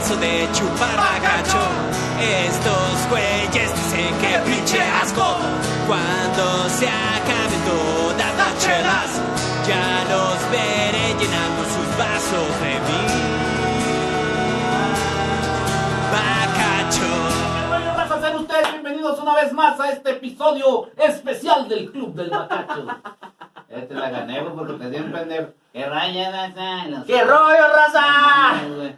eso de chupar gacho Estos güeyes dicen que pinche asco. Cuando se acaben todas las chelas, ya los veré llenando sus vasos de mí. Bacacho. Bienvenidos a ser ustedes, bienvenidos una vez más a este episodio especial del Club del Bacacho. Este la gané, güey, porque te di un pendejo. ¿Qué raya, raza? Los- ¡Qué rollo, raza! Ay, güey.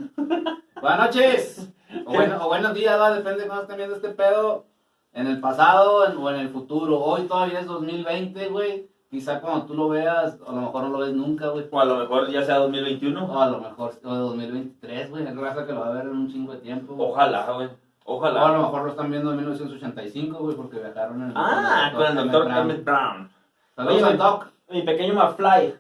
Buenas noches. O, bueno- o buenos días, va, depende de cuándo estén viendo este pedo. En el pasado en- o en el futuro. Hoy todavía es 2020, güey. Quizá cuando tú lo veas, a lo mejor no lo ves nunca, güey. O a lo mejor ya sea 2021. O a lo mejor o 2023, güey. Es raza que lo va a ver en un chingo de tiempo. güey. Ojalá, güey. O a lo Ojalá. mejor lo están viendo en 1985, güey, porque viajaron en el. Ah, con el doctor Emmett Brown. Brown. Saludos Oye, al Doc. Mi pequeño McFly.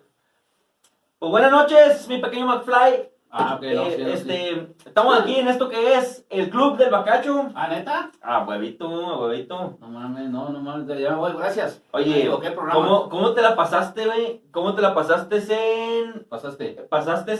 Pues buenas noches, mi pequeño McFly. Ah, ok, no, Eh, sí, sí. este, Estamos aquí en esto que es el Club del Bacacho. Ah, neta. Ah, huevito, huevito. No mames, no, no mames, ya me voy, gracias. Ay, Oye, digo, ¿qué programa? ¿cómo, ¿cómo te la pasaste, güey? ¿Cómo te la pasaste en. Pasaste. Pasaste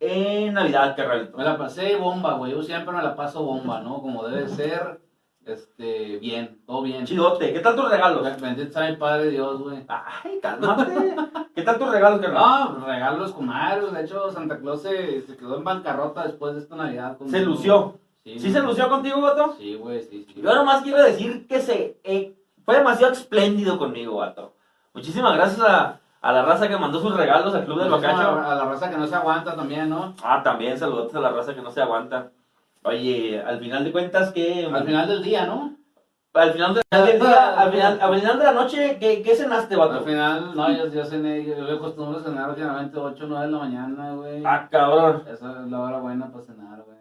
en Navidad, carnalito? Me la pasé bomba, güey. Yo siempre me la paso bomba, ¿no? Como debe ser. Este, bien, todo bien. Chidote, ¿qué tal tus regalos? Bendito sea el Padre Dios, güey. Ay, cálmate. ¿Qué tal tus regalos, carnal? No, regalos con madres. De hecho, Santa Claus se, se quedó en bancarrota después de esta Navidad. con- Se lució. Sí, ¿Sí se güey. lució contigo, vato? Sí, güey, sí, sí. Yo nomás quiero decir que se eh, fue demasiado espléndido conmigo, vato. Muchísimas gracias a, a la raza que mandó sus regalos al Club del Pues, Bacacho. A, a la raza que no se aguanta también, ¿no? Ah, también saludos a la raza que no se aguanta. Oye, al final de cuentas, que Al final del día, ¿no? Al final de, al día, al final, al final de la noche, ¿qué, qué cenaste, Al vato? final, no, yo, yo cené, yo, yo acostumbro a cenar generalmente 8 o 9 de la mañana, güey. Ah, cabrón. Esa es la hora buena para cenar, güey.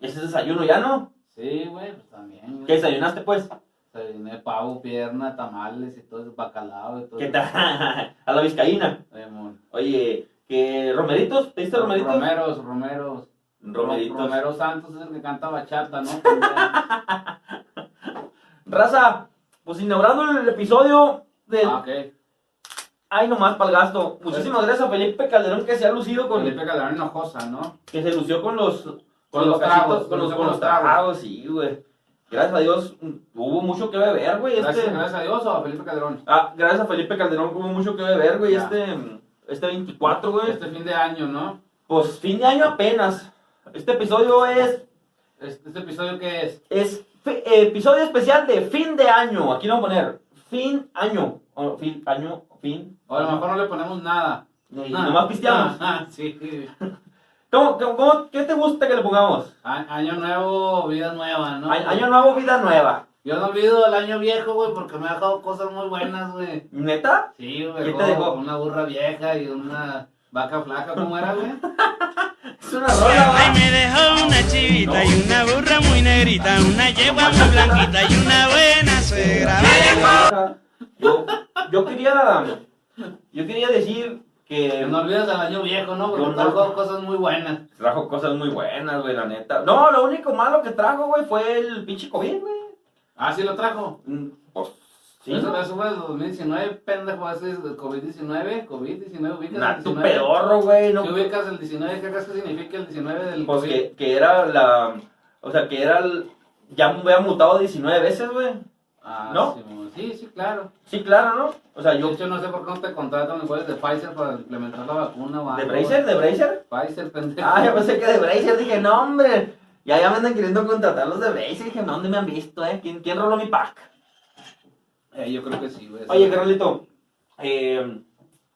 Ese es desayuno ya, ¿no? Sí, güey, pues también, güey. ¿Qué desayunaste, pues? Desayuné pavo, pierna, tamales y todo eso, bacalao y todo ¿Qué eso. tal? a la vizcaína. Ay, amor. Oye, ¿qué romeritos? ¿Te diste romeritos? Romeros, Romeros. romeritos. Romero Santos es el que canta bachata, ¿no? Ah, Raza, pues inaugurando el episodio del ah, ok. Ay, nomás para el gasto. Muchísimas gracias a Felipe Calderón que se ha lucido con. Felipe Calderón Hinojosa, ¿no? Que se lució con los. Con, Con los los cachitos, tragos, Con los, lució con con los los tragos. tragos, sí, güey. Gracias a Dios mm, hubo mucho que beber, güey. Este, Gracias, gracias a Dios o a Felipe Calderón. Ah, gracias a Felipe Calderón hubo mucho que beber, güey. Ya. Este. mm, Este 24, güey. Este fin de año, ¿no? Pues fin de año apenas. Este episodio es. Este, este episodio que es. Es fe- eh, episodio especial de fin de año. Aquí lo vamos a poner. Fin año. o fin año. Fin. O a lo mejor no le ponemos nada. Y Ah, Ah. nomás pisteamos. ah, sí. ¿Cómo- cómo- cómo- qué te gusta que le pongamos? A- Año nuevo, vida nueva, ¿no? A- Año nuevo, vida nueva. Yo no olvido el año viejo, güey, porque me ha dejado cosas muy buenas, güey. ¿Neta? Sí, ¿Qué güey. te dejó? Una burra vieja y una vaca flaca, ¿cómo era, güey? Es una rola, Ay, va. me dejó una chivita y una burra muy negrita, una yegua muy blanquita y una buena suegra. Yo, yo quería. Yo quería decir que Que no olvides el año viejo, ¿no? Yo Porque no. trajo cosas muy buenas. trajo cosas muy buenas, güey, la neta. No, lo único malo que trajo, güey, fue el pinche COVID, güey. Ah, sí lo trajo. Mm, Pues, sí. Eso, eso fue de 2019, pendejo, ese es el COVID-19, COVID-19, ubicas Nah, el tu 19. pedorro, güey. No, Si ubicas el 19, ¿qué crees que significa el 19 del pues COVID? que, que era la. O sea, que era. el- ya me había mutado 19 veces, güey. Ah, ¿no? sí, mo- Sí, sí, claro. Sí, claro, ¿no? O sea, Yo, yo. de hecho, no sé por qué no te contratan los güeyes de Pfizer para implementar la vacuna o ¿De algo, Bracer? ¿De Bracer? güey. Pfizer, pendejo. Ah, yo pensé que de Bracer, dije, no, hombre. Ya, ya me andan queriendo contratar los de Bracer. Dije, ¿dónde me han visto, eh? ¿Quién, quién roló mi pack? Eh, yo creo que sí, güey. Oye, sí. Carolito, eh,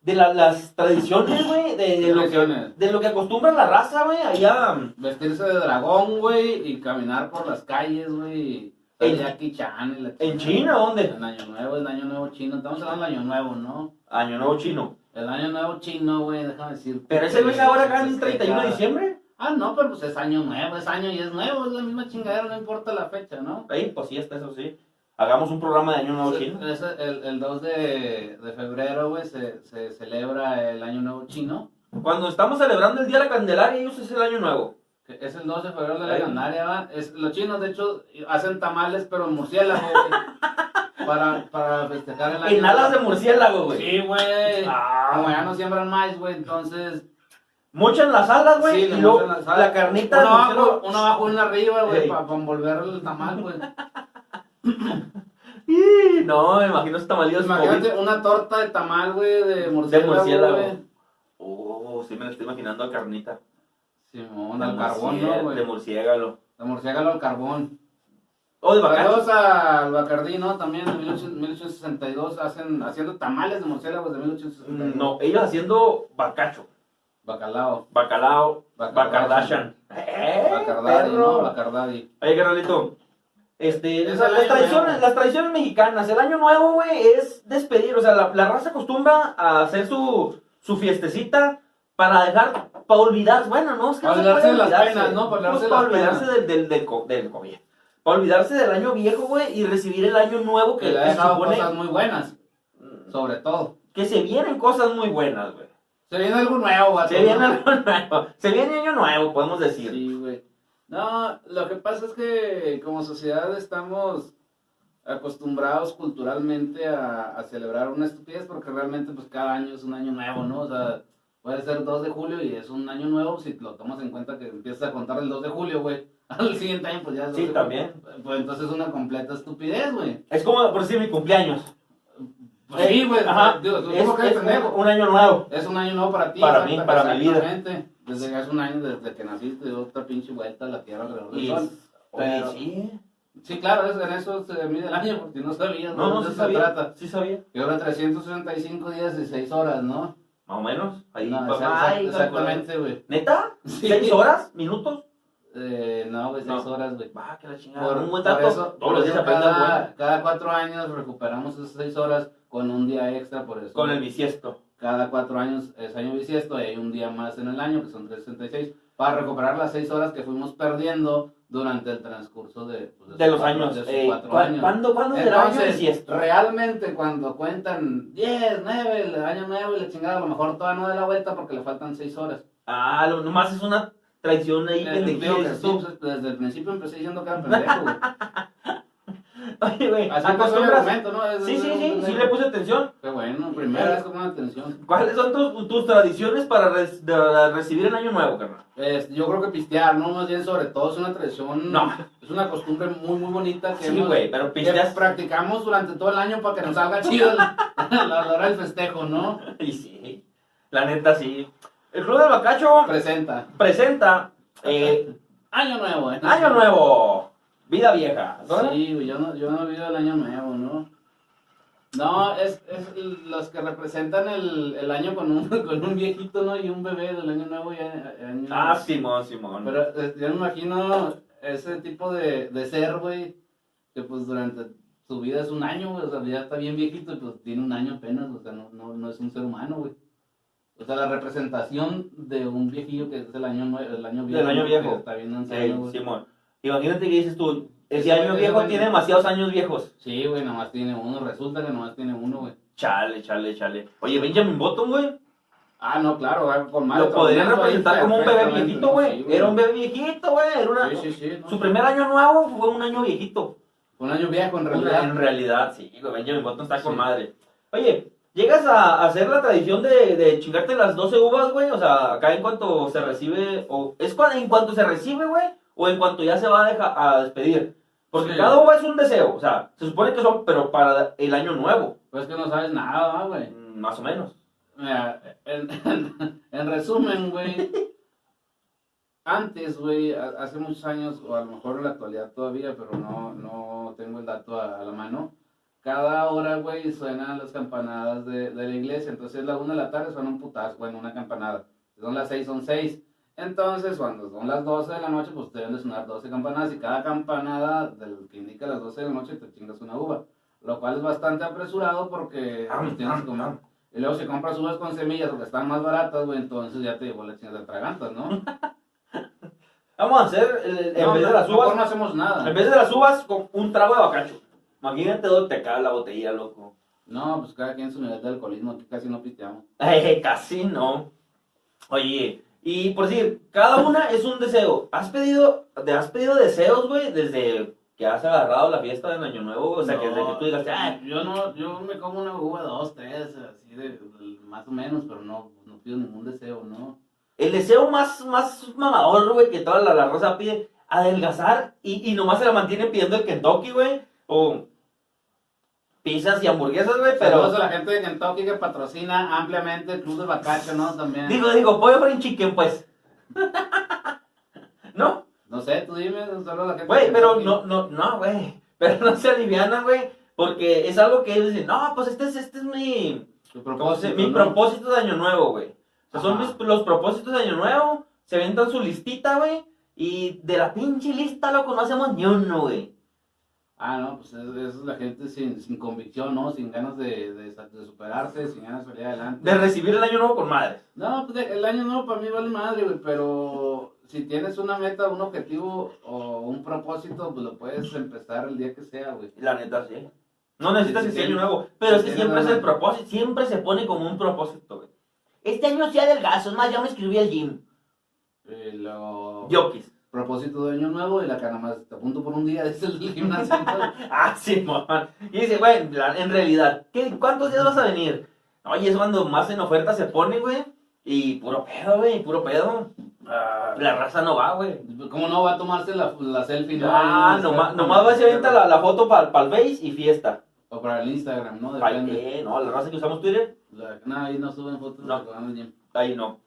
de la- las tradiciones, güey, de, de lo que, Tradiciones. de lo que acostumbra la raza, güey, allá. Vestirse de dragón, güey, y caminar por las calles, güey. En- En Jackie Chan. y la ¿En chingada. China o dónde? El año nuevo, el año nuevo chino. Estamos hablando del año nuevo, ¿no? Año Nuevo Chino. El año nuevo chino, güey, déjame decir. Pero ese güey ahora acá en el 31 de diciembre. Ah, no, pero pues es año nuevo, es año y es nuevo, es la misma chingadera, no importa la fecha, ¿no? Ahí, pues sí, está eso sí. Hagamos un programa de Año Nuevo Chino. Pues, Es- es el, el 2 de, de febrero, güey, se, se celebra el año nuevo chino. Cuando estamos celebrando el Día de la Candelaria, ellos es el Año Nuevo. que Es el 2 de febrero de la Ahí. Candelaria, ¿va? Es- Los chinos, de hecho, hacen tamales, pero murciélago, güey. para, para festejar el año En alas de nuevo. murciélago, güey. Sí, güey. Ah. Como ya no siembran más, güey, entonces mochan las alas, güey, Sí, y le luego mochan las alas. la carnita Uno del abajo, murciélago- uno abajo y uno arriba, güey, Ey. para envolver el tamal, güey. Pues, ¡Ih! No, me imagino esos tamalitos Imagínate COVID. una torta de tamal, güey, de murciélago. murciélago. güey. Oh, sí me la estoy imaginando a carnita. Simón, al De carbón, murcie- ¿no, güey? De murciélago. De murciélago al carbón. Oh, de bacán. Saludos al Bacardí, ¿no? También en 18- 1862 hacen, haciendo tamales de murciélagos de 1862. Mm, No, ellos haciendo bacacho, Bacalao. bacalao, Bacardashan. bacardashan. ¡Eh, Bacardadi, perro! ¿no? Bacardadi. Oye, carnalito, este, Es la- el las, año tradiciones, nuevo. las tradiciones mexicanas, el año nuevo, güey, es despedir, o sea, la, la raza acostumbra a hacer su, su fiestecita para dejar, para olvidar, bueno, no, es que no se Olvidarse puede de las olvidarse. penas, ¿no? Para Pues, olvidarse de para las olvidarse penas. del, del, del, co- del COVID, para olvidarse del año viejo, güey, y recibir el año nuevo que, Que le ha se dejado supone Mm. cosas muy buenas, sobre todo. que se vienen cosas muy buenas, güey. Se viene algo nuevo, vato. Se viene algo nuevo, se viene año nuevo, podemos decir. Sí, güey. No, lo que pasa es que como sociedad estamos acostumbrados culturalmente a, a celebrar una estupidez porque realmente pues cada año es un año nuevo, ¿no? O sea, puede ser 2 de julio y es un año nuevo si lo tomas en cuenta que empiezas a contar el 2 de julio, güey. Al siguiente año pues ya es 2 Sí, de también. julio. Pues entonces es una completa estupidez, güey. Es como por decir mi cumpleaños. Pues sí, güey. Ajá. digo, tú Es- tengo que es entender. un, un año nuevo. Es un año nuevo para ti. Para mí, exacta- para mi vida. Exactamente. Desde que hace un año, desde que naciste, otra pinche vuelta a la tierra alrededor del Y, sol. oye, Pero- sí. Sí, claro, es- eh, en eso se mide el año, porque no sabías, No, no, De sí eso se sabía. trata. Sí sabía. Que ahora 365 días y 6 horas, ¿no? Más o menos. Ahí, No, papá, pues, exa- exa- ahí, exactamente, güey. ¿Neta? Sí. ¿Seis horas? ¿Minutos? Eh, no, güey, 6 No. horas, güey. Va, que la chingada. Por, un buen por dato. eso, Todos los por días eso aprendes algo cada, bueno. cada 4 años recuperamos esas 6 horas con un día extra, por eso. Con el bisiesto. Cada 4 años es año bisiesto y hay un día más en el año, que son 366, para recuperar las 6 horas que fuimos perdiendo durante el transcurso de, pues, De los sus cuatro- años. de sus eh, cuatro ¿cu- años. ¿Cuándo, ¿cuándo será año Entonces, bisiesto? realmente cuando cuentan 10, 9, el año nuevo y la chingada, a lo mejor todavía no da la vuelta porque le faltan 6 horas. Ah, lo, nomás es una traición ahí Eh, pendejilla, digo que dices sí, tú. pues, desde el principio empecé diciendo que era pendejo, güey. Oye, güey, Así empezó el ¿acostumbras? argumento, ¿no? Es- Sí, es- sí, es- sí, es- sí le puse atención. Qué bueno, primera vez que pongo atención. ¿Cuáles son tus, tus tradiciones para res- de- de recibir el año nuevo, carnal? Es- yo creo que pistear, ¿no? Más bien, sobre todo, es una tradición. No. Es una costumbre muy, muy bonita que, Sí, hemos- güey, pero que pisteas. practicamos durante todo el año para que nos salga chido la, la hora del festejo, ¿no? Y sí, la neta sí. El Club del Bacacho Presenta. presenta eh, Año nuevo, ¿eh? Año Nuevo, Vida Vieja. ¿no? Sí, güey, yo no, yo no olvido el año nuevo, ¿no? No, es, es los que representan el, el año con un, con un viejito, ¿no? Y un bebé del año nuevo y a- año Ah, nuevo. Simón, Simón. Pero eh, yo me imagino ese tipo de, de ser, güey, que pues durante su vida es un año, güey, o sea, ya está bien viejito y pues tiene un año apenas, o sea, no, no, no es un ser humano, güey. O sea, la representación de un viejillo que es el año, nue- el año viejo. Del año ¿no? viejo. Que Está bien Ey, anciano, güey. Simón. Imagínate que dices tú, ese Ese año güey- viejo ese tiene güey- demasiados años viejos. Sí, güey, nomás tiene uno, resulta que nomás tiene uno, güey. Chale, chale, chale. Oye, Benjamin Button, güey, Ah, no, claro, güey, con más. lo podrían representar como un bebé viejito, güey. Era un bebé viejito, güey. Era una... Sí, sí, sí. no. Su primer año nuevo fue un año viejito. Un año viejo, en realidad. En realidad, sí, güey, Benjamin Button está con Sí. madre. Oye, ¿llegas a a hacer la tradición de, de chingarte las 12 uvas, güey? O sea, acá en cuanto se recibe, o es cua- en cuanto se recibe, güey, o en cuanto ya se va a, deja- a despedir. Porque Sí. cada uva es un deseo, o sea, se supone que son, pero para el año nuevo, Pues que no sabes nada, ¿no, güey. mm, más o menos. Mira, en, en, en resumen, güey. Antes, güey, a- hace muchos años, o a lo mejor en la actualidad todavía, pero no, no tengo el dato a, a la mano. Cada hora, güey, suenan las campanadas de, de la iglesia. Entonces, la una de la tarde suena un putazo, bueno, una campanada. Si son las seis, son seis. Entonces, cuando son las 12 de la noche, pues deben de sonar 12 campanadas. Y cada campanada del que indica las 12 de la noche te chingas una uva. Lo cual es bastante apresurado porque Am, pues, tienes am, que comer. am. Y luego si compras uvas con semillas porque están más baratas, güey, entonces ya te llevó la chingada de tragantas, ¿no? Vamos a hacer, el- el- en No, vez de no, las mejor uvas, no hacemos nada. en vez de las uvas, con un trago de bacacho. Imagínate dónde te cae la botella, loco. No, pues cada quien su nivel de alcoholismo, aquí casi no pisteamos. Eh, casi no. Oye, y por decir, cada una es un deseo. ¿Has pedido, te has pedido deseos, güey, desde que has agarrado la fiesta del Año Nuevo? O sea, que desde que tú digas, "Ah, yo no, yo me como una uva, dos, tres, así de, de- más o menos, pero no, no pido ningún deseo, ¿no? El deseo más, más mamador, güey, que toda la, la raza pide, adelgazar y, y nomás se la mantienen pidiendo el Kentucky, güey. O pizzas y hamburguesas, güey, pero... Saludos a la gente de Kentucky que patrocina ampliamente el Club del Bacacho, ¿no? También. Digo, digo, pollo fried chicken, pues. ¿No? No sé, tú dime, un saludo a la gente. Güey, de pero Kentucky. no, no, no, güey. Pero no se alivianan, güey. Porque es algo que ellos dicen, no, pues este es, este es mi, Tu ¿cómo se- propósito, mi ¿no? propósito de año nuevo, güey. O sea, son Ajá. mis- los propósitos de año nuevo, se vendan su listita, güey. Y de la pinche lista, loco, no hacemos ni uno, güey. Ah, no, pues es- eso es la gente sin, sin convicción, ¿no? Sin ganas de, de, de superarse, sin ganas de salir adelante. De recibir el año nuevo con madres. No, pues de- el año nuevo para mí vale madre, güey, pero si tienes una meta, un objetivo o un propósito, pues lo puedes empezar el día que sea, güey. La neta, sí. No necesitas Sí, que sí, sea sí. año nuevo. Pero es Sí, que sí, siempre no, es el no. propósito, siempre se pone como un propósito, güey. Este año sea delgazo, es más, ya me inscribí al gym. Eh, lo... Yokis. Propósito de año nuevo y la cara más te apunto por un día, es el gimnasio. Ah, sí, mamá. Y dice, güey, en plan, en realidad, ¿qué, ¿cuántos días vas a venir? Oye, es cuando más en oferta se pone, güey. Y puro pedo, güey, puro pedo. La raza no va, güey. Ah, ¿Cómo no va a tomarse la, la selfie? ¿no? Ah, Ahí, nomás, ¿no? nomás va a ser ahorita la, la foto para el Face y fiesta. O para el Instagram, ¿no? Pa'l- Depende. eh, no, la raza que usamos Twitter, La- no, ahí no suben fotos. No. porque van al gym. ahí no.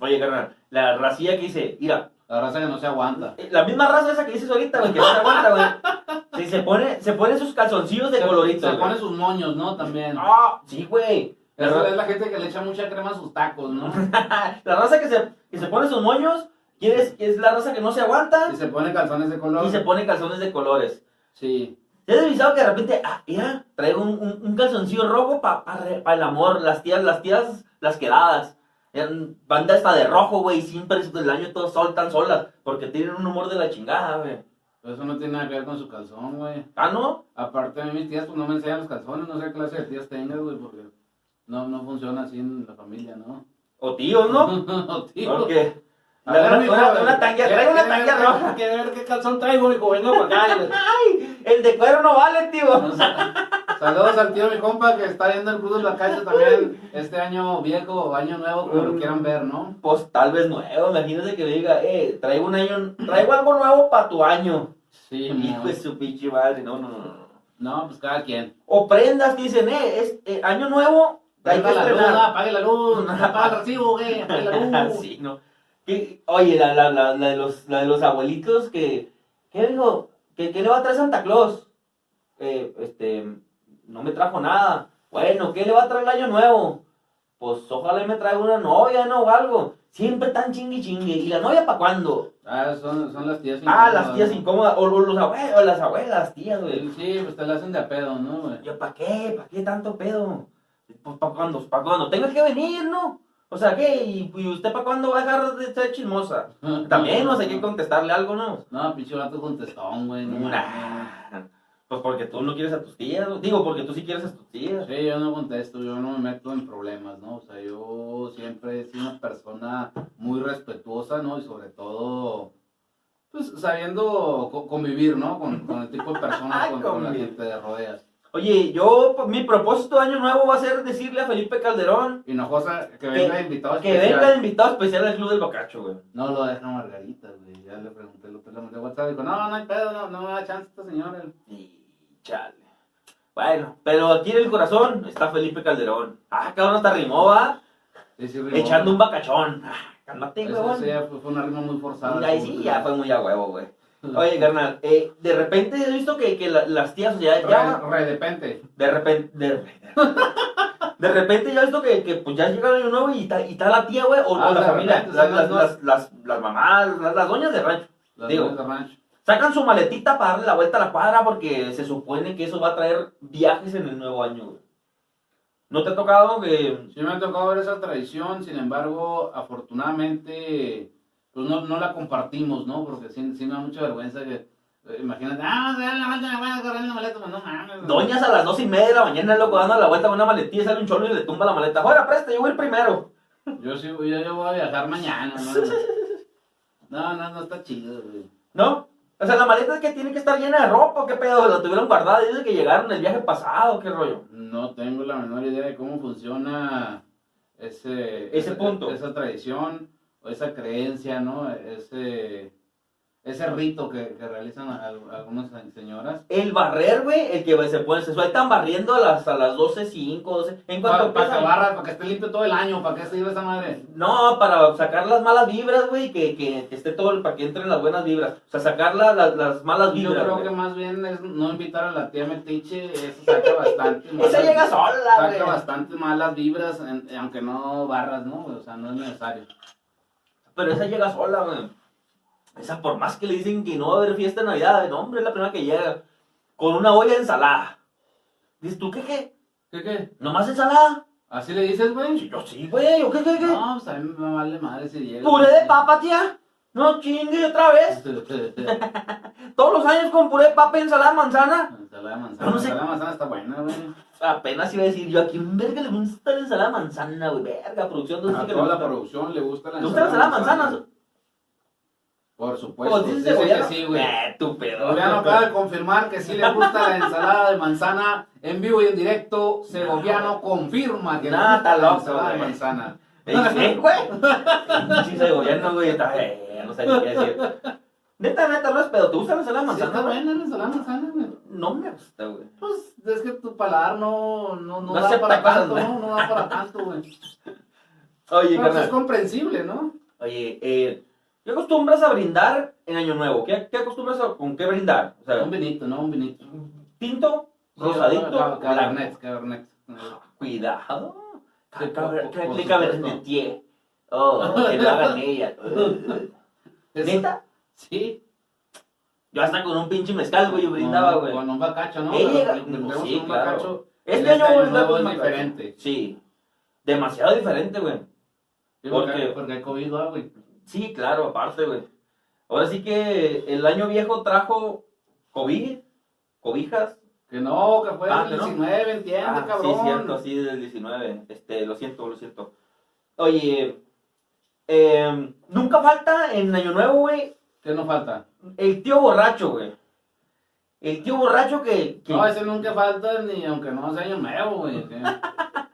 Oye, carnal, la racilla que dice, mira, eh, La raza que no se aguanta. La misma raza esa que dices ahorita, güey, que no se aguanta, güey. Sí, se pone, se pone sus calzoncillos de colorito. Se güey. pone sus moños, ¿no? También. Ah, sí, güey. La, Esa es ra- la gente que le echa mucha crema a sus tacos, ¿no? la raza que se, que se pone sus moños, ¿quién es, es la raza que no se aguanta Y se pone calzones de color. y se pone calzones de colores. Sí. ¿Te has revisado que de repente, ah, mira, traigo un, un- un calzoncillo rojo para el amor, las tías, las tías, las quedadas? En- Banda hasta de rojo, güey, y siempre es del año todos sol, tan solas, porque tienen un humor de la chingada, güey. Pero eso no tiene nada que ver con su calzón, güey. Ah, ¿no? Aparte, a mí mis tías pues no me enseñan los calzones. No sé qué clase de tías tengas, güey, porque no, no funciona así en la familia, ¿no? O tíos, ¿no? no, tío. Porque A ver, mijo, una, una tanga, ¿quiere- trae una quiere tanga ver- roja. que ver qué calzón traigo, mijo, venga para acá. El de cuero no vale, tío. No, sal- Saludos al tío mi compa que está viendo el Cruz de la Calle también este año viejo o año nuevo, como lo quieran ver, ¿no? Pues tal vez nuevo, imagínate que diga, eh, traigo un año, traigo algo nuevo para tu año. Sí, Hijo de pues, su pinche madre, no, no, no, no. No, pues cada quien. O prendas que dicen, eh, es eh, año nuevo, hay que Apaga la luz, estrenar. apague la luz, apaga el recibo, güey, apague la luz. sí, no. ¿Qué- Oye, la, la, la, la de los, la de los abuelitos que, ¿qué dijo? ¿Qué, qué le va a traer Santa Claus? Eh, este, no me trajo nada. Bueno, ¿qué le va a traer el año nuevo? Pues ojalá y me traiga una novia, ¿no? O algo. Siempre tan chingui chingue. ¿Y la novia para cuándo? Ah, son, son las tías Ah, incómodas, las tías ¿no? incómodas. O, o los abuelos, las abuelas, tías, güey. Sí, pues te la hacen de a pedo, ¿no, güey? Yo, ¿para qué? ¿Para qué tanto pedo? Pues, ¿para cuándo? ¿Para cuándo? Tenga que venir, ¿no? O sea, ¿qué? ¿Y, y usted para cuándo va a dejar de ser chismosa? También, no sé qué contestarle algo, ¿no? No, pinche vato contestón, güey. No, mames. Nah. Pues porque tú no quieres a tus tías. ¿no? Digo, porque tú sí quieres a tus tías. Sí, yo no contesto, yo no me meto en problemas, ¿no? O sea, yo siempre he sido una persona muy respetuosa, ¿no? Y sobre todo, pues sabiendo co- convivir, ¿no? Con, con el tipo de personas con, con la Convivir. gente de rodeas. Oye, yo, pues, mi propósito de año nuevo va a ser decirle a Felipe Calderón Hinojosa, que que, venga invitado que especial. venga de invitado especial al Club del Bacacho, güey. No lo deja Margarita, güey. Ya le pregunté, lo le mandé WhatsApp y dijo, no, no hay pedo, no, no me da chance esta señora. Y chale. Bueno, pero aquí en el corazón está Felipe Calderón. Ah, cabrón, hasta rimó, va. Sí, sí, rimó. Echando un bacachón. Ah, cálmate, Eso huevón. sí, ya fue fue una rima muy forzada. Ahí sí, ya fue muy a huevo, güey. Oye, carnal, eh, de repente he visto que, que la- las tías, o sea, ya, Re, re de repente. De repente, de, de repente ya visto que, que pues ya llega el año nuevo y está, y está la tía, güey, o, Ah, o la de familia, repente, las, sí, las, no. las, las- las mamás, las, las doñas de rancho. Las Digo. mujeres de rancho. Sacan su maletita para darle la vuelta a la cuadra porque se supone que eso va a traer viajes en el nuevo año, güey. ¿No te ha tocado que...? Sí me ha tocado ver esa tradición, sin embargo, afortunadamente, pues no, no la compartimos, ¿no? Porque sí, sí me da mucha vergüenza que, eh, imagínate, ah, se da la vuelta, me voy a correr la maleta, pues no mames. Doñas a las dos y media de la mañana, loco, dando la vuelta con una maletita y sale un cholo y le tumba la maleta. ¡Ahora, presta, yo voy el primero! Yo sí, yo, yo voy a viajar mañana, ¿no? No, no, no está chido, güey. ¿No? O sea, la maleta es que tiene que estar llena de ropa, ¿qué pedo? La tuvieron guardada desde que llegaron el viaje pasado, ¿qué rollo? No tengo la menor idea de cómo funciona ese, Ese punto. Esa tradición. o esa creencia, ¿no? Ese, ese rito que, que realizan al- algunas señoras. El barrer, güey, el que se pone, se sueltan barriendo a las, a las 12, 5, 12. ¿En cuanto Para, para pasa? que barra, para que esté limpio todo el año, para que sirve esa madre. No, para sacar las malas vibras, güey, que, que, que esté todo, el- para que entren las buenas vibras. O sea, sacar la- la- las malas Yo vibras. creo güey. que más bien es no invitar a la tía Metiche, eso saca bastante. Esa malas- llega sola, Saca güey. bastante malas vibras, en- aunque no barras, ¿no? O sea, no es necesario. Pero esa llega sola, güey. Esa, por más que le dicen que no va a haber fiesta de Navidad, no, hombre, es la primera que llega. Con una olla de ensalada. Dices tú, ¿qué, qué? ¿Qué, qué? ¿Nomás ensalada? ¿Así le dices, Y güey? Yo sí, güey, ¿yo qué, qué, qué? No, pues a mí me vale madre si llega. ¿Puré de papa, tía? No chingue otra vez. Todos los años con puré de papa y ensalada de manzana. Ensalada de No, manzana. no sé. Ensalada de manzana está buena, güey. Apenas iba a decir yo, ¿a quién verga le gusta la ensalada de manzana, güey? Verga, producción de A que le Ah, toda la gusta. producción le gusta la ¿Le gusta la ensalada de manzana? Por supuesto. Pues dices Dice que cebollano. sí, güey. Eh, tu pedo. Segoviano acaba de confirmar que sí le gusta la ensalada de manzana en vivo y en directo. Segoviano confirma que Nah, le gusta está la loco, ensalada de güey. manzana. Ey, sí, ¿Eh, güey. Sí, soy gobierno, güey. Está, eh, no sé ni qué decir. Neta, neta, no es pedo. ¿Te gusta la ensalada de Sí, está manzana, güey? buena la ensalada de manzana, güey. No me gusta, güey. Pues es que tu paladar no, no, no, No da acepta para cosas, tanto, güey. ¿no? No da para tanto, güey. Oye, Pero pues es carnal. comprensible, ¿no? Oye, eh, ¿qué acostumbras a brindar en Año Nuevo? ¿Qué, qué acostumbras a, con qué brindar? O sea, Un vinito, ¿no? Un vinito. tinto, rosadito, Cab- blanco. Cabernet, cabernet. Cuidado. Sí, Ca- por- por- ca- por le cabe- supuesto. tie. Oh, que lo hagan ella. Es- ¿Neta? Sí. Yo hasta con un pinche mezcal, güey, yo brindaba, Con- güey. Con un bacacho, ¿no? Él Pero llega- brindemos pues con sí, un claro. bacacho. En Este año voy a brindar nuevo con es Macacho. diferente. Sí. Demasiado diferente, güey. Sí, ¿Por porque, qué? porque hay COVID, ah, güey. Sí, claro, aparte, güey. Ahora sí que el año viejo trajo COVID, cobijas. Que no, que fue Ah, el que no. 19, entiende, Ah, cabrón. Sí, cierto, sí, del 19. Este, lo siento, lo siento. Oye, eh, nunca falta en Año Nuevo, güey, ¿Qué nos falta? el tío borracho, güey. El tío borracho que... que- No, ese nunca falta ni aunque no sea año nuevo, güey. que-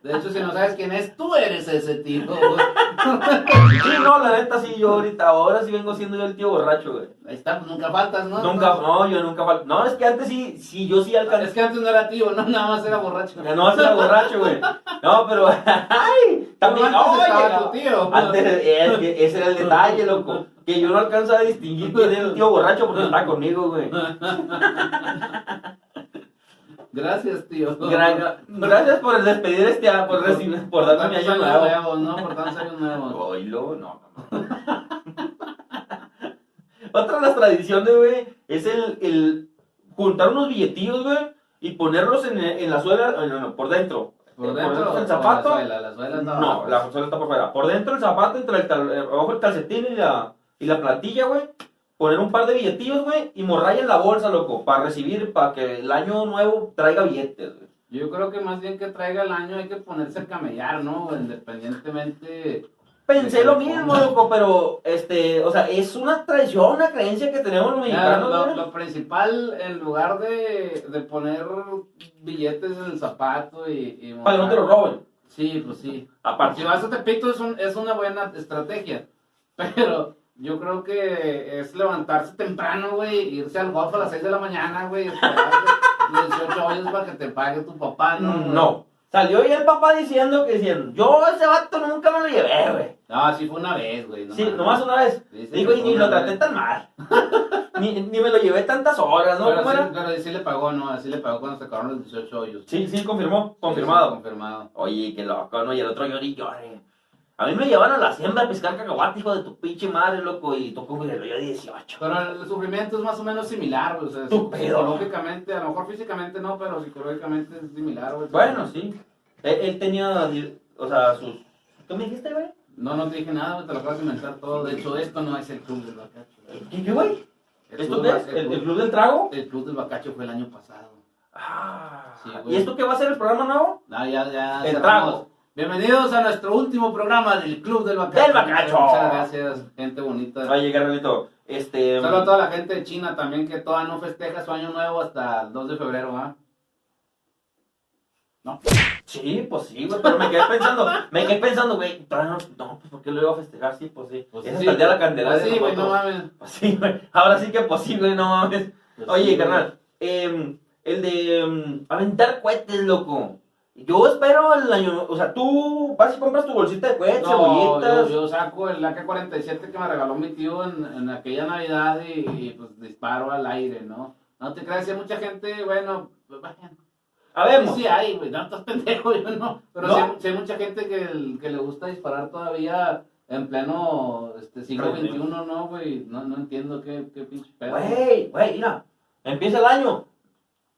De hecho, si no sabes quién es, tú eres ese tipo, güey. Sí, no, la neta, sí, yo ahorita, ahora sí vengo siendo yo el tío borracho, güey. Ahí está, pues nunca faltas, ¿no? Nunca, no, yo nunca falta. No, es que antes sí, sí, yo sí No, alcancé. Es que antes no era tío, no, nada más era borracho. No, ese era borracho, güey. No, pero. ¡Ay! También. Pero antes oye, estaba no. tu tío. pues. Antes, es que ese era el detalle, loco. Que yo no alcanzaba a distinguir quién era el tío borracho porque estaba conmigo, güey. Gracias, tío. Gra- Gracias por despedir este año, por, recibir- por darme mi año Tantos años nuevo. nuevos, ¿no? Por tantos años nuevos. Oilo, no. Otra de las tradiciones, güey, es el, el juntar unos billetillos, güey, y ponerlos en, en la suela, eh, no, no, por dentro. Por Ponerlos dentro, en el zapato. La suela, la suela no. No, la consola está por fuera. Por dentro el zapato, entre el, tal- eh, abajo el calcetín y la, y la plantilla, güey. Poner un par de billetillos, güey, y morraya en la bolsa, loco, para recibir, para que el año nuevo traiga billetes, güey. Yo creo que más bien que traiga el año hay que ponerse a camellar, ¿no? Independientemente. Pensé lo mismo, loco, pero, este, o sea, es una tradición, una creencia que tenemos los Ya, mexicanos, lo, güey. lo principal, en lugar de, de poner billetes en el zapato y. y para que no te lo montar- roben. Sí, pues sí. Aparte, Si vas a Tepito es, un- es una buena estrategia, pero yo creo que es levantarse temprano, güey, irse al golf a las 6 de la mañana, güey, esperar 18 hoyos para que te pague tu papá, ¿no? güey? no. Salió ya el papá diciendo que diciendo, yo a ese vato nunca me lo llevé, güey. No, Ah, sí fue una vez, güey. no Sí, mames. nomás una vez. Sí, sí, Digo, y ni una lo traté vez. tan mal. ni, ni me lo llevé tantas horas, ¿no? Pero ¿Cómo sí, era? pero sí le pagó, ¿no? Así le pagó cuando sacaron los 18 hoyos. Sí, sí, confirmó, Sí, confirmado. confirmado. Oye, qué loco, ¿no? Y el otro llori llore. A mí me llevaron a la siembra a pescar cacahuate, hijo de tu pinche madre, loco, y tocó que le dio 18. Pero el sufrimiento es más o menos similar, güey. O sea, Tu pedo. psicológicamente, a lo mejor físicamente no, pero psicológicamente es similar, güey. Bueno, sí. Él, él tenía, o sea, sus... ¿Qué me dijiste, güey? No, no te dije nada, güey, te lo acabas de inventar todo. De hecho, esto no es el club del bacacho. ¿Qué, qué, güey? El ¿Esto club qué del es? ba- ¿El, el El, club club- del trago? el club del bacacho fue el año pasado. Ah. Sí, ¿Y güey. esto qué va a ser el programa nuevo? Ah, ya, ya. El cerramos. trago. Bienvenidos a nuestro último programa del Club del Bacacho. Del Bacacho. Muchas gracias, gente bonita. Oye, Carlito, este... Saludos a toda la gente de China también que todavía no festeja su año nuevo hasta el 2 de febrero, ¿ah? ¿no? Sí, pues sí, güey, pero me quedé pensando, me quedé pensando, güey, todavía no, no, pues ¿por qué lo iba a festejar? Sí, pues sí, Pues es sí. hasta el día de la Candelaria. Sí, güey, no nosotros. mames. Pues sí, güey, ahora sí que posible, no mames. Pues Oye, sí, carnal, em, el de em, aventar cohetes, loco. Yo espero el año, o sea, tú vas y compras tu bolsita de cohetes, No, yo, cebollitas. yo saco el AK-47 que me regaló mi tío en, en aquella Navidad y, y, pues disparo al aire, ¿no? No te creas, si hay mucha gente, bueno, pues, vayan. A ver, Sí, sí hay, güey, no estás pendejo, yo no. Pero ¿No? sí hay, sí hay mucha gente que, que le gusta disparar todavía en pleno este, siglo Pero, XXI, ¿no, güey? No, no entiendo qué, qué pinche pedo. güey, güey, mira, empieza el año.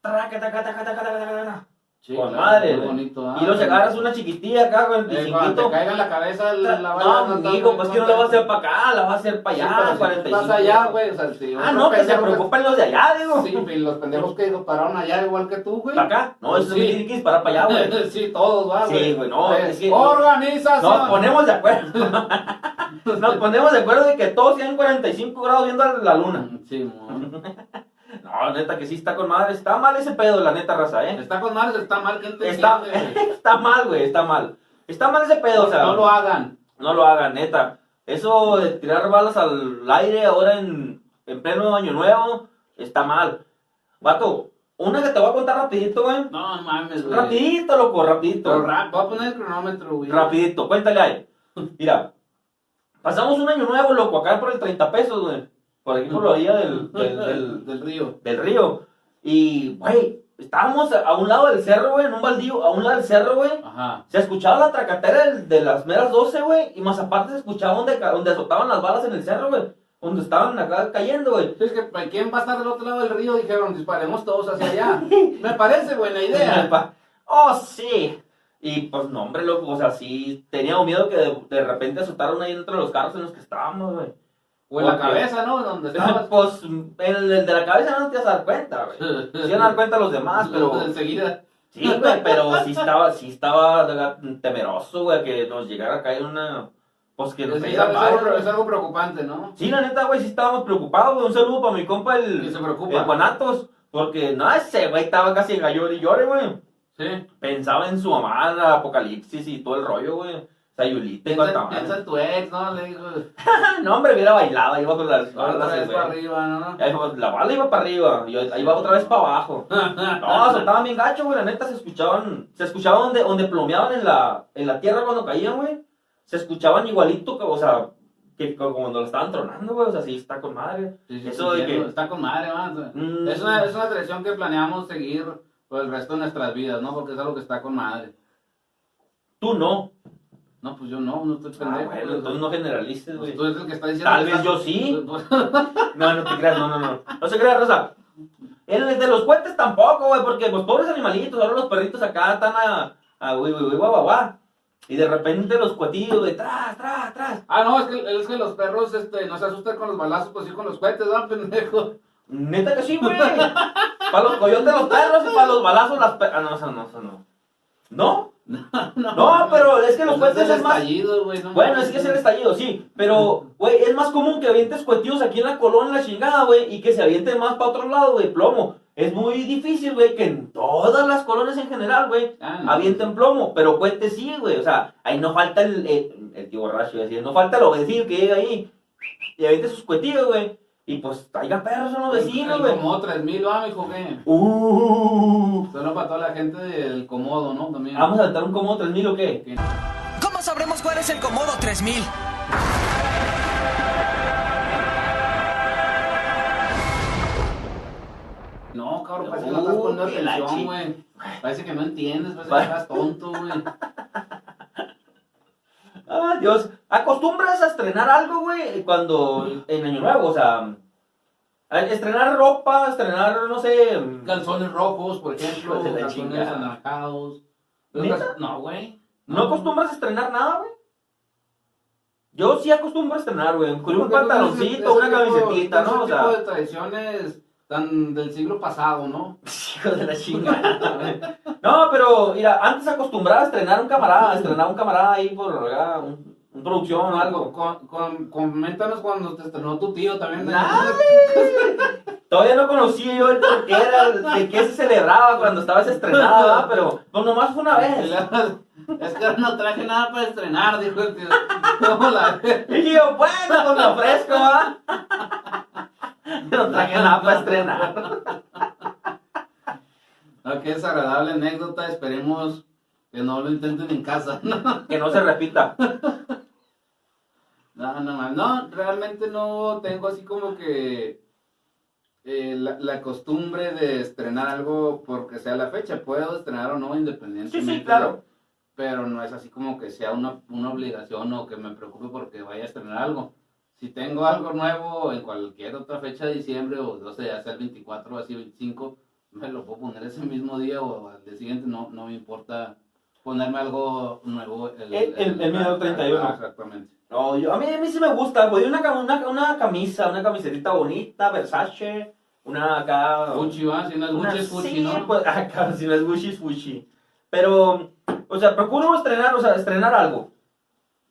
Traca, taca, taca, taca, taca, taca, taca. Sí, Con claro, madre, muy güey. bonito. ah, Y los pero- agarras una chiquitilla acá con el Eh, cuando te picinquito. caiga en la cabeza la, la No, bala, estás amigo, muy pues que no la vas a hacer contento. para acá, la vas a hacer para Sí, allá, pero si tú 45. Vas allá, güey, o sea, si Ah, otro no, que se pendejo preocupen los de allá, digo. Sí, y los pendejos que dispararon allá igual que tú, güey. ¿Para acá? No, eso Sí. sí. tiene que disparar para allá, güey. sí, todos, va, Sí, güey. güey, no, Eh, es que- Organización. Nos ponemos de acuerdo. Nos ponemos de acuerdo de que todos sean 45 grados viendo a la luna. Mm, Sí, mon. No, neta que sí está con madre. Está mal ese pedo, la neta raza, ¿eh? Está con madres, está mal, ¿quién te Está, entiende, güey? está mal, güey, está mal. Está mal ese pedo, o sea. No lo hagan. No lo hagan, neta. Eso de tirar balas al aire ahora en, en pleno año nuevo está mal. Vato, una que te voy a contar rapidito, güey. No mames, güey. Rapidito, loco, rapidito. Pero rap, voy a poner el cronómetro, güey. Rapidito, cuéntale ahí. Mira, pasamos un año nuevo, loco, acá por el 30 pesos, güey. Por aquí por la orilla del, del, del- del río. del río. Y, güey, estábamos a a un lado del cerro, güey, en un baldío, a un lado del cerro, güey. Ajá. Se escuchaba la tracatera del- de, las meras 12, güey. Y más aparte se escuchaba donde, ca- donde azotaban las balas en el cerro, güey. Donde estaban acá cayendo, güey. Es que ¿para ¿quién va a estar del otro lado del río? Dijeron, disparemos todos hacia allá. Me parece buena idea. Pa- Oh, sí. Y pues no, hombre, loco, o sea, sí, teníamos miedo que de, de repente azotaron ahí dentro de los carros en los que estábamos, güey. O en la Ok. cabeza, ¿no? Donde estabas. Pues el, el de la cabeza no te vas a dar cuenta, güey. Sí van a dar cuenta los demás, pero... enseguida. Sí, güey, pero sí estaba, sí estaba la- temeroso, güey, que nos llegara a caer una... Pues que Es, nos es pegara madre, algo, güey. es algo preocupante, ¿no? Sí, la neta, güey, sí estábamos preocupados, güey. Un saludo para mi compa el, Que se el preocupa. Guanatos. Porque, no, ese güey estaba casi en llore y llore, güey. Sí. Pensaba en su mamá, el apocalipsis y todo el rollo, güey. Sayulita y cuanta Piensa, madre. piensa en tu ex, ¿no? Le digo, No, hombre, hubiera bailado, iba con las otra balas, vez para güey. arriba, ¿no? Ahí fue, La bala iba para arriba, y ahí iba otra vez para abajo. No, soltaban bien gacho, güey, la neta, se escuchaban, se escuchaban donde, donde plomeaban en la, en la tierra cuando caían, güey. Se escuchaban igualito, o sea, que como cuando lo estaban tronando, güey, o sea, sí, está con madre. Sí, sí, Eso de entiendo, que- Está con madre, man. Mm. Es una, es una tradición que planeamos seguir por el resto de nuestras vidas, ¿no? Porque es algo que está con madre. Tú no, No, pues yo no, no estoy Ah, pendejo. bueno, pues, entonces no generalices, pues güey. tú eres el que está diciendo. Tal que vez está- yo sí. Pues, No, no te creas, no, no, no. No se creas, Rosa. El de los puentes tampoco, güey, porque pues pobres animalitos, ahora los perritos acá están a, a güey, güey, güey, guau, guau, guau. Y de repente los cuatillos, güey, tras, tras, tras. Ah, no, es que, es que los perros este, no se asustan con los balazos, pues sí con los cohetes, ¿no, pendejo? Neta que sí, güey. Para los coyotes los perros y para los balazos las perras. Ah, no, eso no, eso no. ¿No? No, pero es que los Pues cohetes el es más- estallido, güey, no Bueno, mames. es que es el estallido, sí. Pero, güey, es más común que avientes cuetillos aquí en la colonia, la chingada, güey, y que se avienten más para otro lado, güey, plomo. Es muy difícil, güey, que en todas las colonias en general, güey, Ah, no. avienten plomo, pero cuentes sí, güey. O sea, ahí no falta el, el, el tío borracho, iba a decir, no falta el obedecido que llega ahí y aviente sus cuetillos, güey. Y pues, traiga perros, son los vecinos, El güey. Como 3000, va, mijo, que. Uh, Solo para toda la gente del comodo, ¿no? También. vamos a aventar un como 3000 o qué? ¿Cómo sabremos cuál es el Comodo 3000? No, cabrón, parece que Uh, no estás poniendo que la chi- atención, güey. Parece que no entiendes, parece que estás tonto, güey. Ah, Dios. ¿Acostumbras a estrenar algo, güey? Cuando. En Año Nuevo, o sea. a- Estrenar ropa, estrenar, no sé. Calzones rojos, por ejemplo, Hijos de la calzones chingada. anaranjados. ¿Neta? Los cal- No, güey. ¿No acostumbras a estrenar nada, güey? Yo sí acostumbro a estrenar, güey. Con un Porque pantaloncito, una ese- ese tipo- camisetita, ese ¿no? O tipo sea. de tradiciones tan del siglo pasado, ¿no? Hijo de la chingada, güey. No, pero, mira, antes acostumbraba a estrenar un camarada, a estrenar un camarada ahí por acá, un, un producción o algo. Con, con- coméntanos cuando te estrenó tu tío también. Nada. Todavía no conocía yo el por qué era, de qué se celebraba cuando estabas estrenada, ¿verdad? pero pues nomás fue una vez. Es que no traje nada para estrenar, dijo el tío. ¿Cómo la ves? Y yo, bueno, pues me ofrezco, ¿verdad? No traje nada para estrenar. No, qué desagradable anécdota. Esperemos que no lo intenten en casa. No, Que no se repita. no, no, no realmente no tengo así como que eh, la, la costumbre de estrenar algo porque sea la fecha. Puedo estrenar o no, independientemente. Sí, sí, claro. Pero no es así como que sea una, una obligación o que me preocupe porque vaya a estrenar algo. Si tengo algo nuevo en cualquier otra fecha de diciembre o no sé, hace el 24 o así 25, me lo puedo poner ese mismo día o al día siguiente, no, no me importa ponerme algo nuevo. El- el- el miedo 31. Ah, Exactamente. No, yo, a, mí, a mí sí me gusta, pues una, cam- una, una camisa, una camisetita bonita, Versace, una acá... Gucci, ¿va? Si no es Gucci, Una- es Gucci, sí, ¿no? pues, ah, cabrón, si no es Gucci, es Gucci. Pero, o sea, procuro estrenar, o sea, estrenar algo.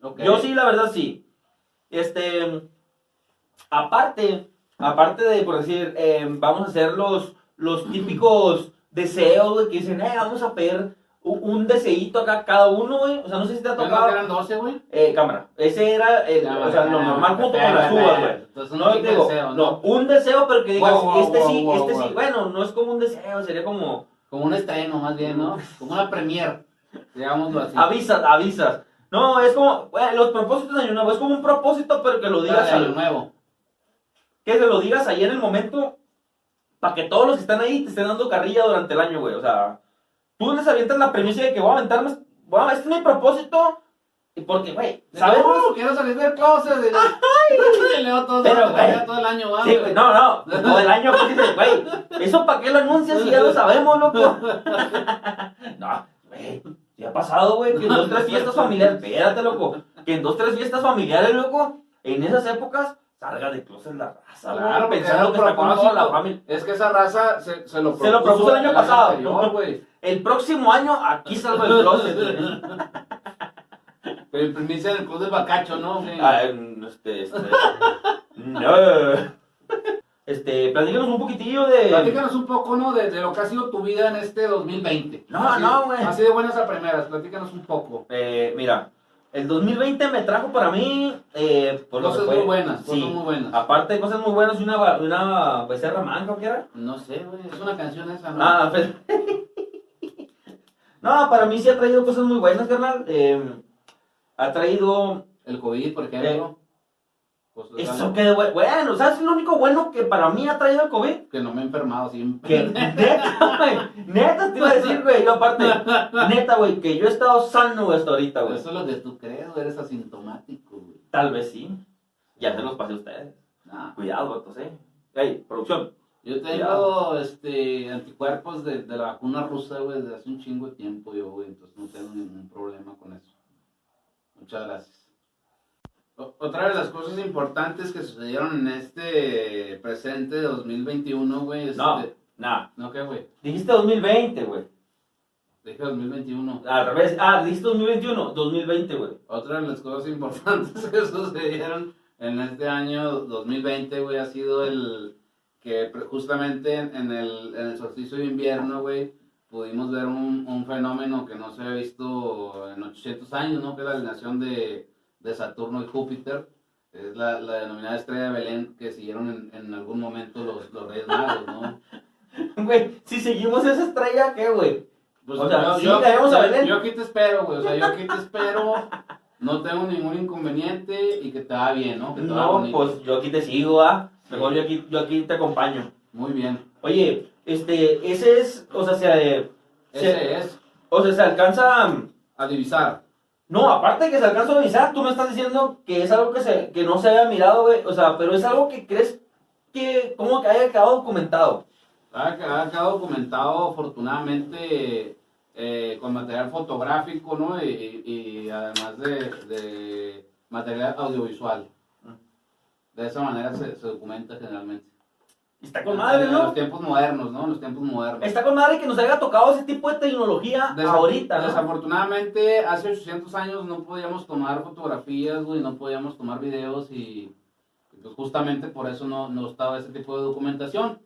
Ok. Yo sí, la verdad, sí. Este, aparte, aparte de, por decir, eh, vamos a hacer los, los típicos deseos, güey, que dicen, eh, vamos a pedir un, un deseíto acá cada uno, güey. O sea, no sé si te ha Yo no, que tocado... eran 12, güey. Eh, cámara, ese era, el, Ya, o sea, ya, lo ya, normal ya, junto ya, con las ya, uvas, ya, güey. ya. Entonces, un No, chingo de digo, deseos, no, ¿no? un deseo, pero que digas, Guau, guau, este sí, guau, este guau, sí. guau. Bueno, no es como un deseo, sería como, Como un estreno, más bien, ¿no? Como una premier, digámoslo así. avisas, avisas. No, es como, güey, los propósitos de Año Nuevo, es como un propósito, pero que lo Día digas, de al- Año nuevo. que se lo digas ahí en el momento, para que todos los que están ahí te estén dando carrilla durante el año, güey. O sea, tú les avientas la premisa de que voy a aventarme, voy a- este es mi propósito, y porque, güey, sabemos... No, quiero salir del closet. Y... Y leo todo, Pero, todo- güey. todo el año, va, Sí, güey. güey, no, no, todo el año, pues, dices, güey, ¿eso para qué lo anuncias si ya lo sabemos, loco? No, güey, ya ha pasado, güey, que en dos, tres fiestas familiares, espérate, loco, que en dos, tres fiestas familiares, loco, en esas épocas, salga de closet la raza, güey, Claro, porque era pensando un que está con toda la familia. propósito. Es que esa raza se, se lo propuso, Se lo propuso el año pasado. anterior, güey. El próximo año, aquí salgo del closet, güey. Pero el primicia del club del bacacho, ¿no? güey? Ah, em, este, este, no. Este, platícanos un poquitillo de... Platícanos un poco, ¿no? De, de lo que ha sido tu vida en este 2020. No, Así- no, güey. Así de buenas a primeras, platícanos un poco. Eh, mira, el 2020 me trajo para mí eh, por lo Cosas que fue. muy buenas, cosas Sí. muy buenas. Aparte de cosas muy buenas y una, ba- una becerra manca, ¿qué era? No sé, güey, es una canción esa, ¿no? Ah, pues- no, para mí sí ha traído cosas muy buenas, carnal. Eh, ha traído El COVID, por ejemplo. Pues, o sea, eso que de bu- bueno, ¿sabes lo único bueno que para mí ha traído el COVID? que no me he enfermado Que siempre. neta, güey, neta te iba a decir, güey, yo aparte, neta, güey, que yo he estado sano güey, hasta ahorita, Eso güey. es lo que tú crees, güey, eres asintomático, güey. Tal vez sí, ya se los pasé a ustedes. Nah. Cuidado, vatos, eh. Ey, producción. Yo tengo este anticuerpos de, de la vacuna rusa, güey, desde hace un chingo de tiempo yo, güey, entonces no tengo ningún problema con eso. Muchas gracias. O- otra de las cosas importantes que sucedieron en este presente de 2021, güey, este... No, nada. ¿No qué, güey? Dijiste 2020, güey. Dije 2021. Al revés. Ah, dijiste 2021. 2020, güey. Otra de las cosas importantes que sucedieron en este año 2020, güey, ha sido el que pre- justamente en en el, en el solsticio de invierno, güey, pudimos ver un, un fenómeno que no se había visto en 800 años, ¿no? Que es la alineación de, de Saturno y Júpiter. Es la, la denominada estrella de Belén que siguieron en, en algún momento los, los Reyes Magos, ¿no? Güey, si seguimos esa estrella, ¿qué, güey? Pues, O sea, sí caemos a Belén. yo aquí te espero, güey. O sea, yo aquí te espero. No tengo ningún inconveniente y que te va bien, ¿no? Que te va No, bonito. pues yo aquí te sigo, ¿ah? Mejor yo aquí, yo aquí te acompaño. Muy bien. Oye, este, ese es, o sea, se, eh, se- Ese es o sea, se alcanza, mm, a divisar. no, aparte de que se alcanza a avisar, tú me estás diciendo que es algo que, se, que no se había mirado, güey, o sea, pero es algo que crees que, como que haya quedado documentado. Ha, ha quedado documentado afortunadamente eh, con material fotográfico, ¿no? Y, y- y además de, de material audiovisual. Mm. De esa manera se, se documenta generalmente. Y Está con madre, En ¿no? Ah, los tiempos modernos, ¿no? En los tiempos modernos. Está con madre que nos haya tocado ese tipo de tecnología Desa- ahorita, ¿no? Desafortunadamente, hace 800 años no podíamos tomar fotografías, güey, no podíamos tomar videos y Entonces, justamente por eso no, no estaba ese tipo de documentación.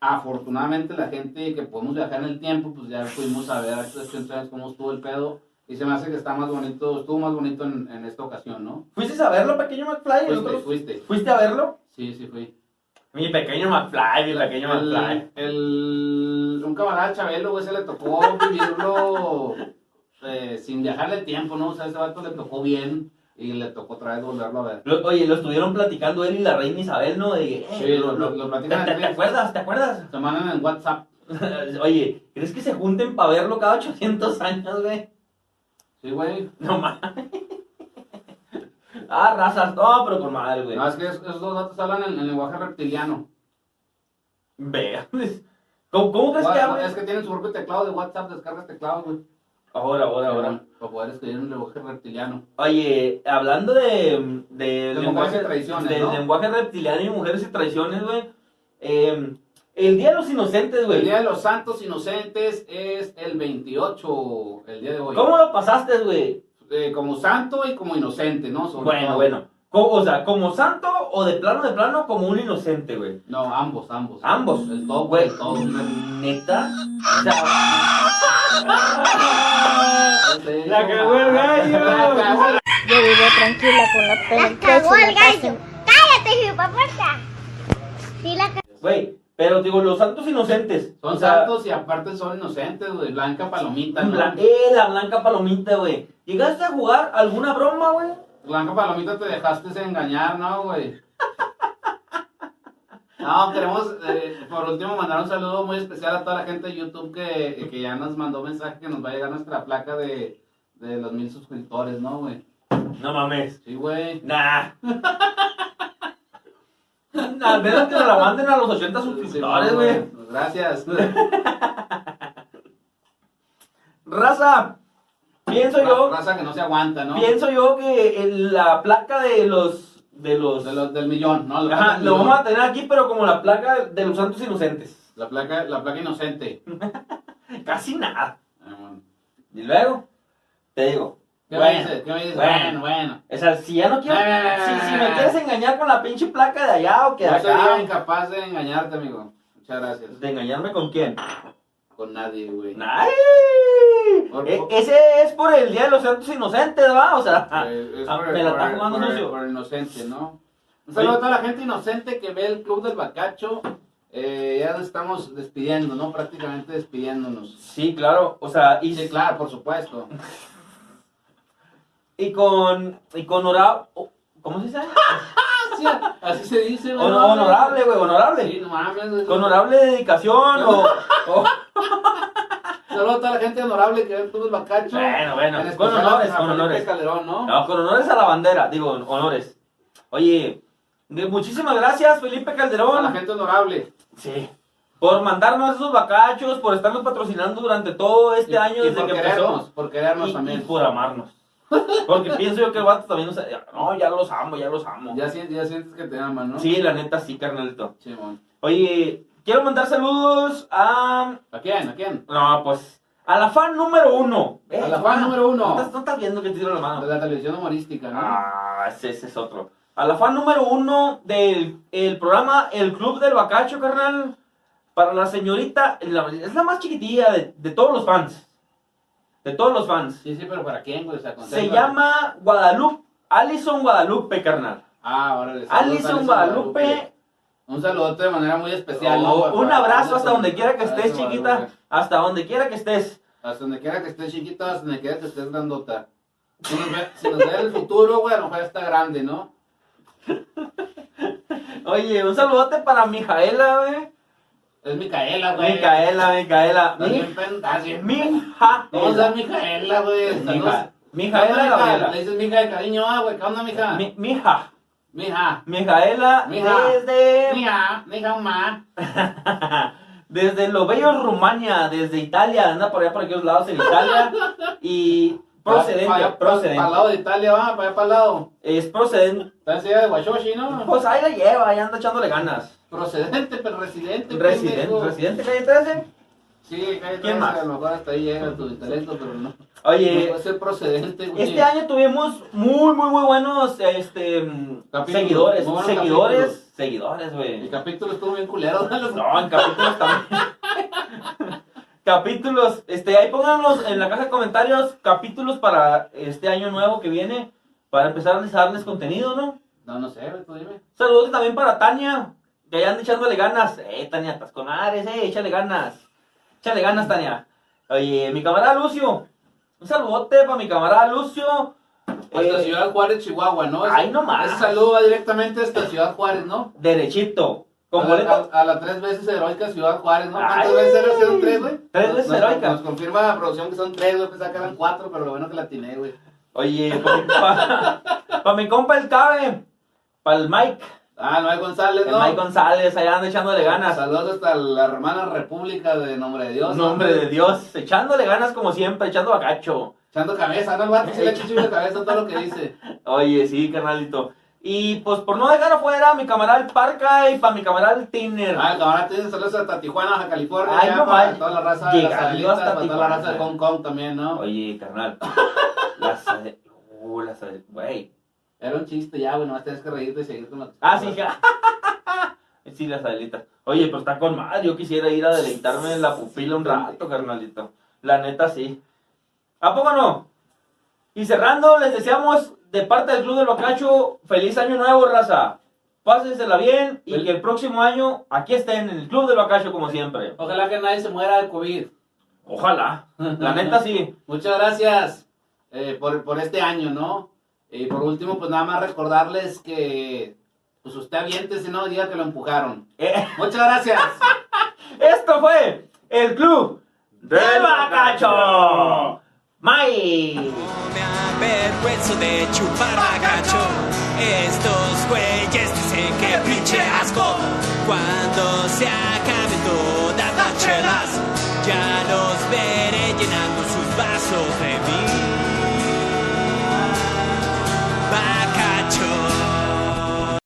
Afortunadamente, la gente que podemos viajar en el tiempo, pues ya pudimos saber hace 80 años cómo estuvo el pedo. Y se me hace que está más bonito, estuvo más bonito en, en esta ocasión, ¿no? ¿Fuiste a verlo, pequeño McFly? Fuiste, ¿Nosotros- fuiste. ¿Fuiste a verlo? Sí, sí, fui. Mi pequeño McFly, mi pequeño McFly. el, el- un camarada Chabelo, güey, se le tocó vivirlo eh, sin viajarle el tiempo, ¿no? O sea, ese vato le tocó bien y le tocó otra vez volverlo a ver. Lo- oye, lo estuvieron platicando él y la reina Isabel, ¿no? De, eh, Sí, lo- lo- lo ¿te, platican te- en te Twitch. acuerdas? ¿Te acuerdas? Se mandan en WhatsApp. oye, ¿crees que se junten para verlo cada 800 años, güey? Sí, güey. No mames. ah, razas. No, pero con madre, güey. No, es que es- esos dos datos hablan en, en lenguaje reptiliano. Vea. ¿Cómo, cómo crees que Gua- hablan? Es que tienen su propio teclado de WhatsApp, descargas teclado, güey. Ahora, ahora, ahora. Para, poder escribir en lenguaje reptiliano. Oye, hablando de, de, Lenguaje y traiciones, de ¿no? lenguaje reptiliano y mujeres y traiciones, güey. eh, el Día de los Inocentes, güey. El Día de los Santos Inocentes es el 28, el día de hoy. ¿Cómo lo pasaste, güey? Eh, como santo y como inocente, ¿no? Sobre Bueno, todo. bueno. Co- O sea, como santo o de plano, de plano, como un inocente, güey. No, ambos, ambos. Ambos. El Pues, todo, Güey, güey, el todo. neta. O sea, La cagó el gallo. La cagó el Yo vivo tranquila con la pena. en ¡La cagó pecho, la el paz en gallo! ¡Cállate, hipopuerta! Sí, la güey. Pero digo, los santos inocentes. Son o sea, santos y aparte son inocentes, güey. Blanca palomita, ¿no? Bla- eh, la blanca palomita, güey. ¿Llegaste a jugar alguna broma, güey? Blanca palomita te dejaste engañar, ¿no, güey? No, queremos, eh, por último, mandar un saludo muy especial a toda la gente de YouTube que, que ya nos mandó mensaje que nos va a llegar nuestra placa de, de los mil suscriptores, ¿no, güey? No mames. Sí, güey. Nah. Nah, Al menos que nos la manden a los 80 suscriptores, Sí, güey. Gracias. Raza, pienso yo, Raza que no se aguanta, ¿no? pienso yo que en la placa de los, de los, De los- del millón, ¿no? La placa ajá, del lo millón. vamos a tener aquí, pero como la placa de los santos inocentes. La placa, la placa inocente. Casi nada. Ah, bueno. Y luego, te digo, ¿Qué bueno, me dices? ¿Qué me dices? bueno. Bueno, bueno. o sea, si ya no quiero, Eh. si, si me quieres engañar con la pinche placa de allá o que de Yo acá, sería incapaz de engañarte, amigo. Muchas gracias. de engañarme con quién. Con nadie, güey. ¡Ay! Por- E- por- ese es por el Día de los Santos Inocentes, ¿va? O sea, Eh, es ah, por, me la por- está jugando por- socio. por inocente, ¿no? Un saludo a toda la gente inocente que ve el Club del Bacacho. Eh, ya nos estamos despidiendo, ¿no? Prácticamente despidiéndonos. Sí, claro. O sea, y, Sí, claro, por supuesto. y con y con hora- o- ¿cómo se dice? Así, así se dice, Ah, Hon- honorable, güey, honorable. Sí, no mames, güey. Con honorable dedicación o, o- Saludo a toda la gente honorable que ve el Club del Bacacho. Bueno, bueno, En con especial a honores, con Felipe honores. Calderón, ¿no? no, con honores a la bandera, digo, honores. Oye, de- muchísimas gracias, Felipe A la Calderón. gente honorable. Sí. Por mandarnos esos bacachos, por estarnos patrocinando durante todo este Y- año y desde por que querernos, empezó. Por querernos y, también. y por amarnos. Porque pienso yo que el vato también nos... No, ya los amo, ya los amo. Ya, sien- ya sientes que te aman, ¿no? Sí, la neta sí, carnalito. Simón. Oye, quiero mandar saludos a... ¿A quién? ¿A quién? No, pues... A la fan número uno. Ah, A la fan número uno. ¿No estás, no estás viendo que te tiro la De mano? la televisión humorística, ¿no? Ah, ese, ese es otro. A la fan número uno del el programa El Club del Bacacho, carnal. Para la señorita... la- es la más chiquitilla de, de todos los fans. De todos los fans. Sí, sí, pero ¿para quién, güey? O sea, Se conténtame. llama Guadalupe... Alison Guadalupe, carnal. Ah, órale. saludos, Alison Guadalupe... Un saludote de manera muy especial. Oh, ¿no? Para- un para abrazo hasta Alison- donde quiera que estés, Alison chiquita. Guadalupe. Hasta donde quiera que estés. Hasta donde quiera que estés, chiquita, hasta donde quiera que estés grandota. Si nos ve, si nos ve el futuro, güey, a lo mejor está grande, ¿no? Oye, un saludote para Mijaela, güey. Es Micaela, güey. Micaela, Micaela. Estás bien pendeja. ¿Cómo Mijaela. estás, Micaela, güey? Saludos. Mija- Mijaela Mija, Le Gabriela. dices mija de cariño, ah, güey. ¿Qué onda, mija? Mi- Mija. Mija. Mijaela Mija. desde. Mija, mija, ma. Desde los bellos Rumania, desde Italia, anda por allá por aquellos lados en Italia. Y Pa- procedente, pa- Para el procedente. lado de Italia, va, para allá para el lado. Es procedente. Está en ciudad de Huachoshi, ¿no? Pues ahí la lleva, ahí anda echándole ganas. Procedente, pero residente. Residente, Este pendejo. residente, calle 13. Sí, cállate, ¿Quién más? A lo mejor hasta ahí llega tu talento, pero no. no Oye, puede ser procedente, güey. este año tuvimos muy, muy, muy buenos este, mm, Capítulos, seguidores. muy buenos seguidores, capítulos. seguidores, güey. El capítulo estuvo bien culero, dale. No, en capítulos también. capítulos, este, ahí pónganos en la caja de comentarios capítulos para este año nuevo que viene, para empezar a darles contenido, ¿no? No, no sé, güey, tú Eh, dime. Saludos también para Tania, que allá anda echándole ganas. Eh, Tania, estás con madres, eh, échale ganas. Échale ganas, Tania. Oye, mi camarada Lucio. Un saludote para mi camarada Lucio. Hasta Eh, Ciudad Juárez, Chihuahua, ¿no? ay, no más. Ese saludo va directamente hasta Ciudad Juárez, ¿no? derechito. Con a, boleto. a- a la tres veces heroica Ciudad Juárez, ¿no? ¿Cuántas Ay. veces eran? ¿Eran tres, güey? Tres Nos- veces nos- heroica. Nos confirma la producción que son tres, güey. Pensaba que eran cuatro, pero lo bueno que la atiné, güey. Oye, para mi compa el Cabe. Para el Mike. Ah, Noel González, El ¿no? Mike González, allá anda echándole ganas. Saludos hasta la hermana República de Nombre de Dios. Nombre de Dios. Echándole ganas como siempre, echando agacho. Echando cabeza, ¿no? El vato sí le echa de cabeza a todo lo que dice. Oye, sí, carnalito. Y pues por no dejar afuera a mi camarada el Parca y para mi camarada el Tiner. Ah, el camarada tiene saludos hasta Tijuana, Baja California. Ay, ya, no para mal. toda la raza de las Llegando Adelitas, hasta para toda la raza de Tijuana. Hong Kong también, ¿no? Oye, carnal. Las ade- Uh, las ade- Güey. Era un chiste ya, güey, nomás tenías que reírte y seguir con la... Ah, sí, ja. Sí, las adelitas. Oye, pero está con madre. Yo quisiera ir a deleitarme en la pupila un rato, carnalito. La neta, sí. ¿A poco no? Y cerrando, les deseamos de parte del Club del Bacacho, feliz año nuevo, raza. Pásensela bien y Fel- que el próximo año aquí estén en el Club del Bacacho como siempre. Ojalá que nadie se muera de COVID. Ojalá. La neta sí. Muchas gracias eh, por, por este año, ¿no? Y por último, pues nada más recordarles que... Pues usted aviente, si no, diga que lo empujaron. Eh, Muchas gracias. esto fue el Club del Bacacho. May. No me avergüenzo de chupar bacacho. Estos güeyes dicen que pinche asco. Cuando